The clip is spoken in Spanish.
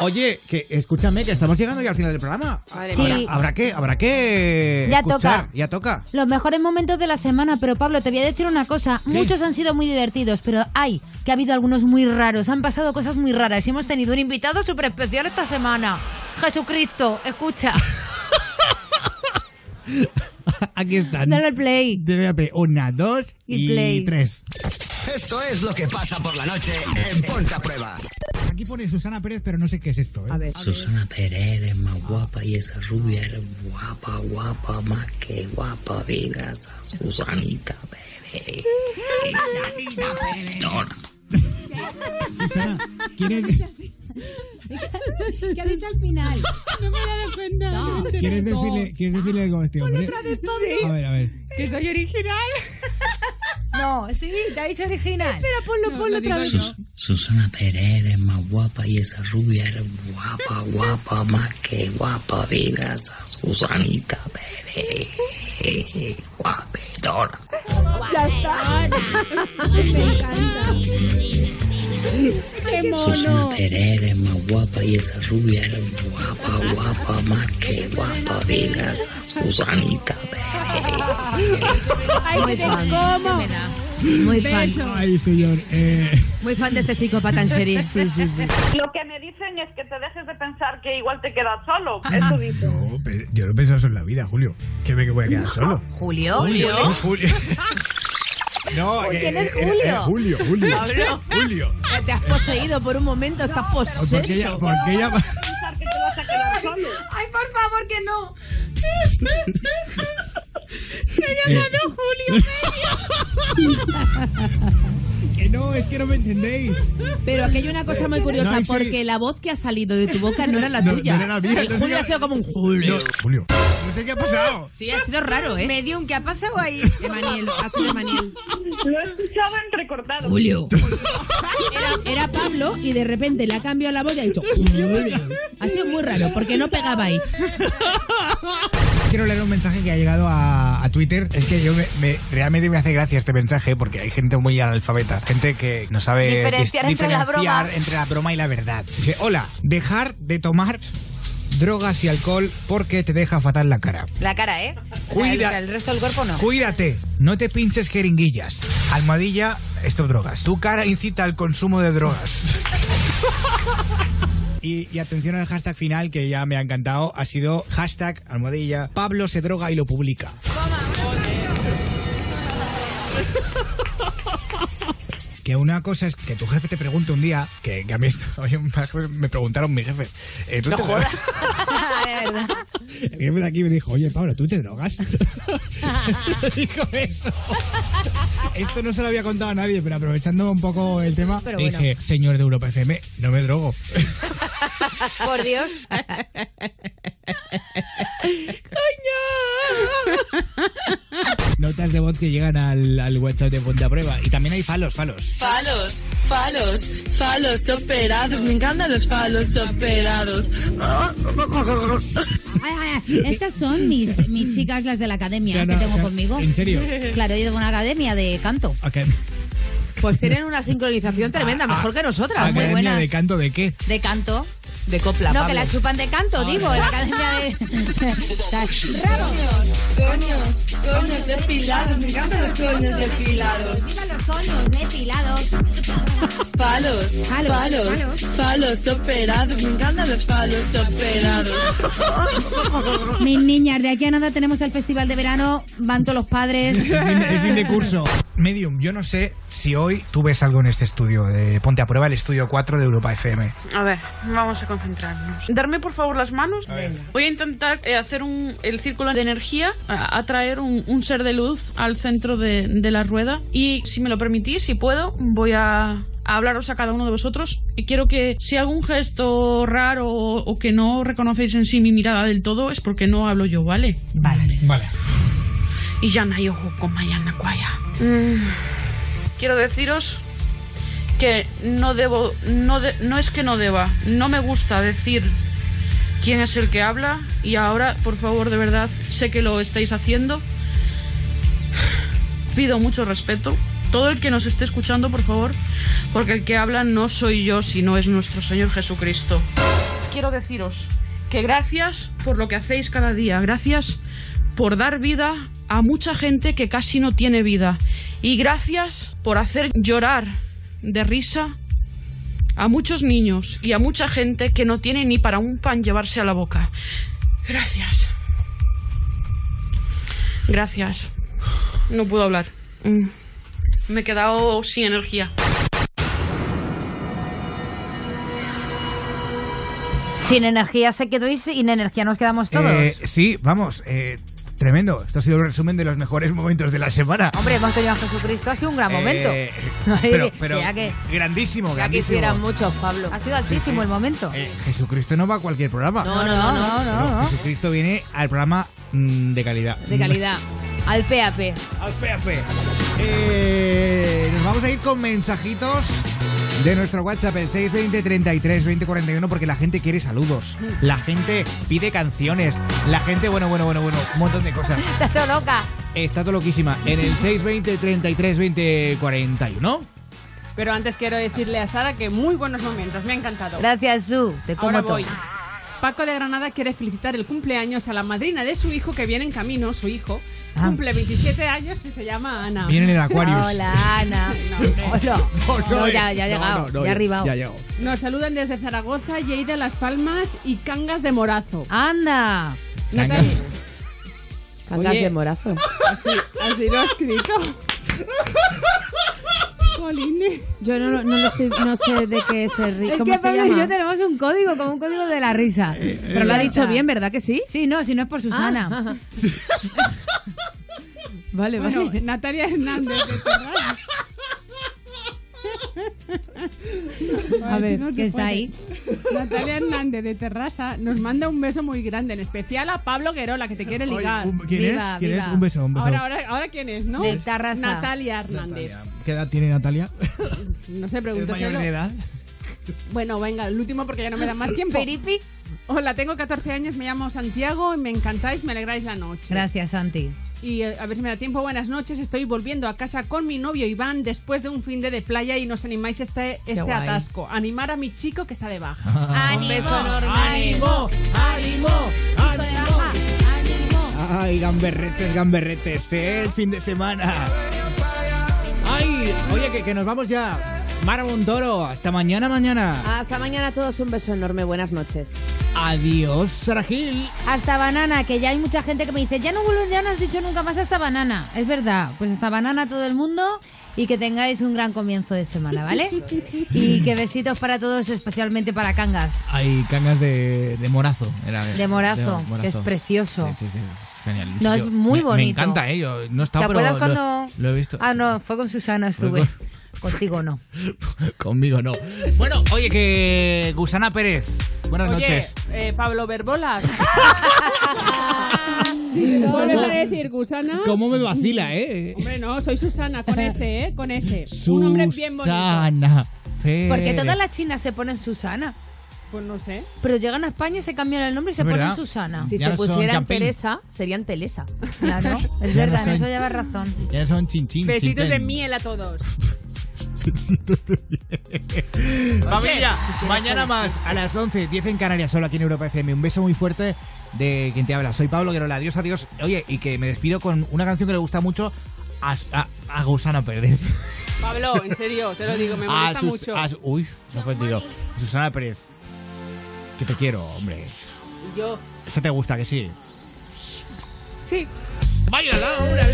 Oye, que escúchame, que estamos llegando ya al final del programa. Madre habrá, mía. habrá que, habrá que Ya escuchar, toca. ya toca. Los mejores momentos de la semana, pero Pablo, te voy a decir una cosa. Muchos han sido muy divertidos, pero hay que ha habido algunos muy raros. Han pasado cosas muy raras y hemos tenido un invitado súper especial esta semana. Jesucristo, escucha, Aquí están. dale play. Debe haber una, dos Y y, play. tres. Esto es lo que pasa por la noche en Ponte a Prueba. Aquí pone Susana Pérez, pero no sé qué es esto. ¿eh? A ver. Susana Pérez es más guapa y esa rubia era guapa, guapa, más que guapa, venga esa Susanita Pérez. Perdona. Susana, ¿quieres, ¿Qué ha dicho al final? No me he dado cuenta. ¿quieres, decirle, ¿quieres decirle algo a este hombre? A ver, a ver. Que soy original. No, sí, te ha dicho original. Espera, ponlo, ponlo otra vez. Sus- Susana Pérez es más guapa y esa rubia era guapa, guapa, más que guapa, venga esa Susanita Pérez. Guapetona. Qué Susana mono. Pérez es más guapa y esa rubia era guapa, guapa, más que guapa, venga esa Susanita Pérez. Ay, que te como. Muy fan. Ay, señor. eh, Muy fan de este psicópata en serie. Sí, sí, sí. Lo que me dicen es que te dejes de pensar que igual te quedas solo. Eso dice. no, pe- yo no he pensado eso en la vida, Julio. Que me voy a quedar solo. Julio. No, Julio. No, que- eh, ¿quién es era- era Julio, Julio. Julio. Te has poseído por un momento, estás ¿Por qué ella, poseso. por qué ella- Pensar que te vas a quedar solo. Ay, por favor, que no. Eh. Que no, es que no me entendéis. Pero aquí hay una cosa muy curiosa, Ay, sí. porque la voz que ha salido de tu boca no era la No, tuya. no era la mía, El no Julio sé- ha sido como un Julio. No, Julio. No sé qué ha pasado. Sí, ha sido raro, ¿eh? Medium, ¿qué ha pasado ahí? Emaniel, ha sido Emaniel. Lo he escuchado entrecortado. Julio. Era, era Pablo y de repente le ha cambiado la voz y ha dicho Julio. Ha sido muy raro, porque no pegaba ahí. Quiero leer un mensaje que ha llegado a, a Twitter. Es que yo me, me- realmente me hace gracia este mensaje porque hay gente muy analfabeta, gente que no sabe Diferenciar dis- entre la diferenciar broma. entre la broma y la verdad. Dice, hola, dejar de tomar drogas y alcohol porque te deja fatal la cara. La cara, ¿eh? Cuida- El, el resto del cuerpo no. Cuídate, no te pinches jeringuillas. Almohadilla, esto drogas. Tu cara incita al consumo de drogas. Y, y atención al hashtag final que ya me ha encantado. Ha sido hashtag almohadilla. Pablo se droga y lo publica. Que una cosa es que tu jefe te pregunte un día, que, que a mí esto, hoy me preguntaron mis jefes. eh, ¿tú te drogas? De verdad. El jefe de aquí me dijo, oye, Pablo, ¿tú te drogas? Me dijo eso. Esto no se lo había contado a nadie, pero aprovechando un poco el tema, Pero le bueno. dije, señor de Europa FM, no me drogo. Por Dios. Notas de voz que llegan al, al WhatsApp de Ponte a Prueba. Y también hay falos, falos. Falos, falos, falos operados. Me encantan los falos operados. Ah, Estas son mis, mis chicas, las de la academia ¿eh? Suena- que tengo suena- conmigo. ¿En serio? Claro, yo tengo una academia de canto. Ok. Pues tienen una sincronización Ah, tremenda, mejor que nosotras. ¿eh? muy ¿Academia buenas. de canto de qué? De canto. ah, De copla, no, Pablo. que la chupan de canto, digo, en la academia de. ¡Bravo! Coños, coños, coños depilados. Me encantan los coños depilados. Viva los conos depilados. Falos, Falos, falos, falos. falos operados. Me encantan los falos operados. Mis niñas, de aquí a nada tenemos el festival de verano. Van todos los padres. El fin, de- el fin de curso. Medium, yo no sé si hoy tú ves algo en este estudio. De Ponte a Prueba, el estudio 4 de Europa FM. A ver, vamos a concentrarnos. Darme por favor las manos. Voy a intentar eh, hacer un, el círculo de energía, a- atraer un, un ser de luz al centro de, de la rueda. Y si me lo permitís, si puedo, voy a, a hablaros a cada uno de vosotros. Y quiero que si algún gesto raro o, o que no reconocéis en sí mi mirada del todo es porque no hablo yo, ¿vale? Vale. Vale. y ya no hay ojo con Mayana Cuaya. Quiero deciros que no debo, no, de- no es que no deba, no me gusta decir quién es el que habla y ahora, por favor, de verdad, sé que lo estáis haciendo. Pido mucho respeto Todo el que nos esté escuchando, por favor, porque el que habla no soy yo, sino es nuestro Señor Jesucristo. Quiero deciros que gracias por lo que hacéis cada día, gracias por dar vida a mucha gente que casi no tiene vida y gracias por hacer llorar de risa a muchos niños y a mucha gente que no tiene ni para un pan llevarse a la boca. Gracias. Gracias. No puedo hablar. Mm. Me he quedado sin energía. Sin energía se quedó y sin energía nos quedamos todos. Eh, sí, vamos, eh, tremendo. Esto ha sido el resumen de los mejores momentos de la semana. Hombre, hemos tenido a Jesucristo, ha sido un gran momento. Eh, pero, pero Ya que- grandísimo, Ya grandísimo. quisieran muchos, Pablo. ha sido altísimo el momento. Eh, Jesucristo no va a cualquier programa. No, no, no, no. no, no, Pero no. Jesucristo viene al programa mm, de calidad. De calidad. Al PAP. Al PAP. Eh, nos vamos a ir con mensajitos de nuestro WhatsApp, el 620 33 20 41, porque la gente quiere saludos. La gente pide canciones. La gente, bueno, bueno, bueno, bueno, un montón de cosas. Estás todo loca. Está todo loquísima. En el 620 33 20 41. Pero antes quiero decirle a Sara que muy buenos momentos, me ha encantado. Gracias, Su. Te como Ahora todo. voy. Paco de Granada quiere felicitar el cumpleaños a la madrina de su hijo que viene en camino, su hijo. Ah. Cumple 27 años y se llama Ana. Viene en el Aquarius. Ah, Oh, Hola, Ana. Hola. eh. No, ya, ya ha llegado. ya ha arribado. Ya ha llegado. Nos saludan desde Zaragoza, Lleida Las Palmas y Cangas de Morazo. Anda. ¿No te- Cangas. Cangas Oye. de morazo. Así, así lo he escrito. Jolines. Yo no, lo- no, lo estoy- no sé de qué se ríe. Es ¿Cómo que se Pablo y llama? yo tenemos un código, como un código de la risa. Eh, Pero lo ha dicho bien, ¿verdad que sí? Sí, no, si no es por Susana. Ah. vale, vale. Bueno, Natalia Hernández de Terrassa. A Ay, ver, si no se que está puede. ahí. Natalia Hernández de Terrassa nos manda un beso muy grande, en especial a Pablo Guerola, que te quiere ligar. Oye, un- ¿Quién Viva, es? ¿Quién viva. es? Un beso, un beso. Ahora, ahora, ahora quién es, ¿no? De Terrassa. Natalia Hernández. ¿Qué edad tiene Natalia? No sé, ¿Es pregunto. mayor solo. de edad? Bueno, venga, el último porque ya no me da más tiempo. Peripi. Hola, tengo 14 años, me llamo Santiago y me encantáis, me alegráis la noche. Gracias, Santi. Y eh, a ver si me da tiempo. Buenas noches. Estoy volviendo a casa con mi novio Iván después de un fin de, de playa y nos animáis este, este guay. atasco. Animar a mi chico que está de baja. Un beso enorme. ¡Ánimo! ¡Ánimo! ¡Ánimo! Ánimo. ¡Ay, gamberretes, gamberretes! ¿eh? ¡El fin de semana! ¡Ay! Oye, que, que nos vamos ya. Mara Montoro, hasta mañana, Ah. mañana. Hasta mañana a todos. Un beso enorme. Buenas noches. Adiós, Sara Gil. Hasta banana, que ya hay mucha gente que me dice, ya no vuelvo, ya no has dicho nunca más hasta banana. Es verdad, pues hasta banana a todo el mundo y que tengáis un gran comienzo de semana, ¿vale? Y que besitos para todos, especialmente para Cangas. Hay cangas de, de morazo. Era, De morazo, que es precioso. Sí, sí, sí, es genial. No, es muy me- Me bonito. encanta, ¿eh? Yo no he ¿Te estado, pero acuerdas lo, cuando...? lo he visto. Ah, no, fue con Susana estuve. Contigo no. Conmigo no. Bueno, oye, que Gusana Pérez. Buenas Oye, noches. eh, Pablo Berbolas. Vuelves a decir, Gusana. ¿Cómo me vacila, eh? Hombre, no, soy Susana, con ese, ¿eh? Con ese. Un hombre bien bonito. Susana Pérez. Porque todas las chinas se ponen Susana. Pues no sé. Pero llegan a España y se cambian el nombre y se Es ponen verdad. Susana. Si Ya se no son pusieran Campín. Teresa, serían Telesa. Claro, es Ya no verdad, en sé. eso llevas razón. Ya son chinchín. Besitos de miel a todos. Familia, mañana más a las 11, 10 en Canarias, solo aquí en Europa FM. Un beso muy fuerte de quien te habla. Soy Pablo Guerola. Adiós, adiós. Oye, y que me despido con una canción que le gusta mucho a, a, a Gusana Pérez. Pablo, en serio, te lo digo, me A molesta Ah, Sus- mucho. a Su- uy, me he ofendido. Susana Pérez. Que te quiero, hombre. Y yo, Esa te gusta, que sí. sí, Báilala, hombre, adiós.